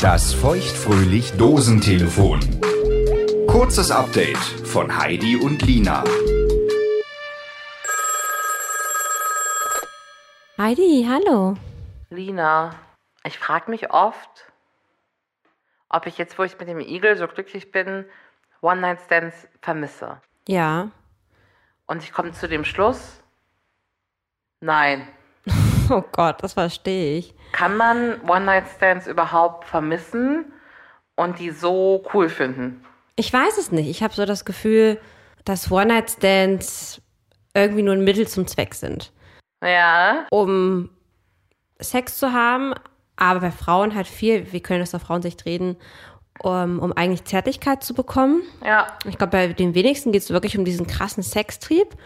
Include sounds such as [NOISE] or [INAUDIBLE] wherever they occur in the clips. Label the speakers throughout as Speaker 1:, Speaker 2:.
Speaker 1: Das feuchtfröhlich Dosentelefon. Kurzes Update von Heidi und Lina.
Speaker 2: Heidi, hallo.
Speaker 3: Lina, ich frage mich oft, ob ich jetzt, wo ich mit dem Igel so glücklich bin, One-Night-Stands vermisse.
Speaker 2: Ja.
Speaker 3: Und ich komme zu dem Schluss, nein.
Speaker 2: Oh Gott, das verstehe ich.
Speaker 3: Kann man One-Night-Stands überhaupt vermissen und die so cool finden?
Speaker 2: Ich weiß es nicht. Ich habe so das Gefühl, dass One-Night-Stands irgendwie nur ein Mittel zum Zweck sind,
Speaker 3: Ja,
Speaker 2: um Sex zu haben, aber bei Frauen halt viel, wir können das auf Frauensicht reden, um, um eigentlich Zärtlichkeit zu bekommen.
Speaker 3: ja,
Speaker 2: Ich glaube, bei den wenigsten geht es wirklich um diesen krassen Sextrieb.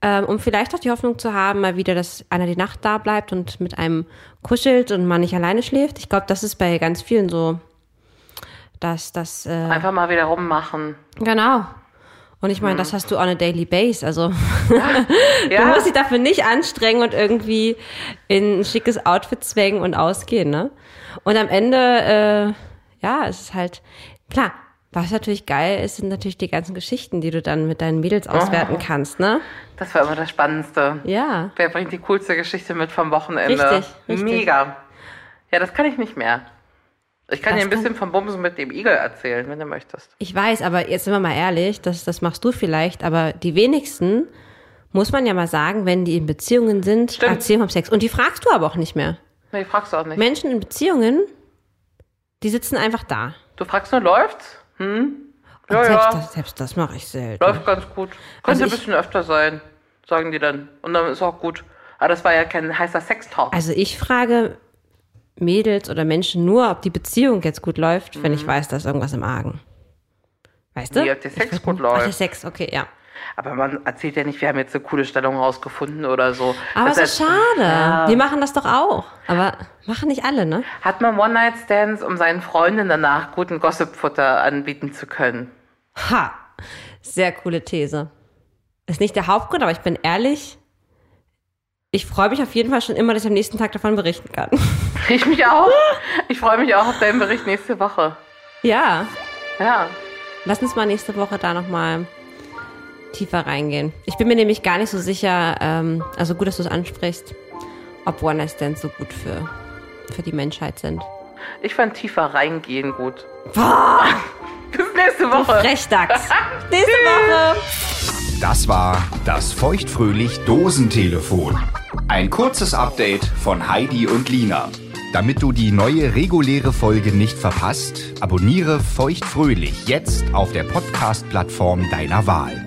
Speaker 2: Ähm, um vielleicht auch die Hoffnung zu haben, mal wieder, dass einer die Nacht da bleibt und mit einem kuschelt und man nicht alleine schläft. Ich glaube, das ist bei ganz vielen so, dass das. Äh,
Speaker 3: einfach mal wieder rummachen.
Speaker 2: genau. Und ich meine, das hast du on a daily base. Also
Speaker 3: Ja,
Speaker 2: du musst dich dafür nicht anstrengen und irgendwie in ein schickes Outfit zwängen und ausgehen, ne? Und am Ende, äh, ja, es ist halt, klar, was natürlich geil ist, sind natürlich die ganzen Geschichten, die du dann mit deinen Mädels auswerten kannst, ne?
Speaker 3: das war immer das Spannendste.
Speaker 2: Ja.
Speaker 3: Wer bringt die coolste Geschichte mit vom Wochenende?
Speaker 2: Richtig, richtig.
Speaker 3: Mega. Ja, das kann ich nicht mehr. Ich kann
Speaker 2: Das
Speaker 3: dir ein bisschen vom Bumsen mit dem Igel erzählen, wenn du möchtest.
Speaker 2: Ich weiß, aber jetzt sind wir mal ehrlich, das, das machst du vielleicht, aber die wenigsten, muss man ja mal sagen, wenn die in Beziehungen sind,
Speaker 3: Stimmt.
Speaker 2: erzählen vom Sex. Und die fragst du aber auch nicht mehr.
Speaker 3: Nee, fragst du auch nicht.
Speaker 2: Menschen in Beziehungen, die sitzen einfach da.
Speaker 3: Du fragst nur, läuft's? Hm?
Speaker 2: Und
Speaker 3: Ja,
Speaker 2: selbst,
Speaker 3: ja,
Speaker 2: das, selbst das mache ich selten.
Speaker 3: läuft ganz gut.
Speaker 2: Also
Speaker 3: Könnte
Speaker 2: ich-
Speaker 3: ein bisschen öfter sein, sagen die dann. Und dann ist auch gut. Aber das war ja kein heißer Sextalk.
Speaker 2: Also ich frage Mädels oder Menschen nur, ob die Beziehung jetzt gut läuft, wenn ich weiß, da ist irgendwas im Argen. Weißt du?
Speaker 3: Nee, Mhm. ob der
Speaker 2: Ich
Speaker 3: Sex
Speaker 2: würd-
Speaker 3: gut
Speaker 2: Ach, der
Speaker 3: läuft.
Speaker 2: Sex, okay, ja.
Speaker 3: Aber man erzählt ja nicht, wir haben jetzt eine coole Stellung rausgefunden oder so.
Speaker 2: Aber
Speaker 3: Das
Speaker 2: es ist
Speaker 3: heißt,
Speaker 2: schade.
Speaker 3: Ja.
Speaker 2: Wir machen das doch auch. Aber machen nicht alle, ne?
Speaker 3: Hat man One-Night-Stands, um seinen Freundinnen danach guten Gossip-Futter anbieten zu können?
Speaker 2: Ha! Sehr coole These. Ist nicht der Hauptgrund, aber ich bin ehrlich, ich freue mich auf jeden Fall schon immer, dass ich am nächsten Tag davon berichten kann. [LAUGHS]
Speaker 3: Ich mich auch. Ich freue mich auch auf deinen Bericht nächste Woche.
Speaker 2: ja.
Speaker 3: Ja.
Speaker 2: Lass uns mal nächste Woche da nochmal tiefer reingehen. Ich bin mir nämlich gar nicht so sicher, ähm, also gut, dass du es ansprichst, ob One-Night-Stands so gut für, für die Menschheit sind.
Speaker 3: Ich fand tiefer reingehen gut.
Speaker 2: Boah,
Speaker 3: Bis nächste
Speaker 2: du
Speaker 3: Woche.
Speaker 2: Frechdachs. nächste Woche.
Speaker 1: Das war das feuchtfröhlich Dosentelefon. Ein kurzes Update von Heidi und Lina. Damit du die neue reguläre Folge nicht verpasst, abonniere feuchtfröhlich jetzt auf der Podcast-Plattform deiner Wahl.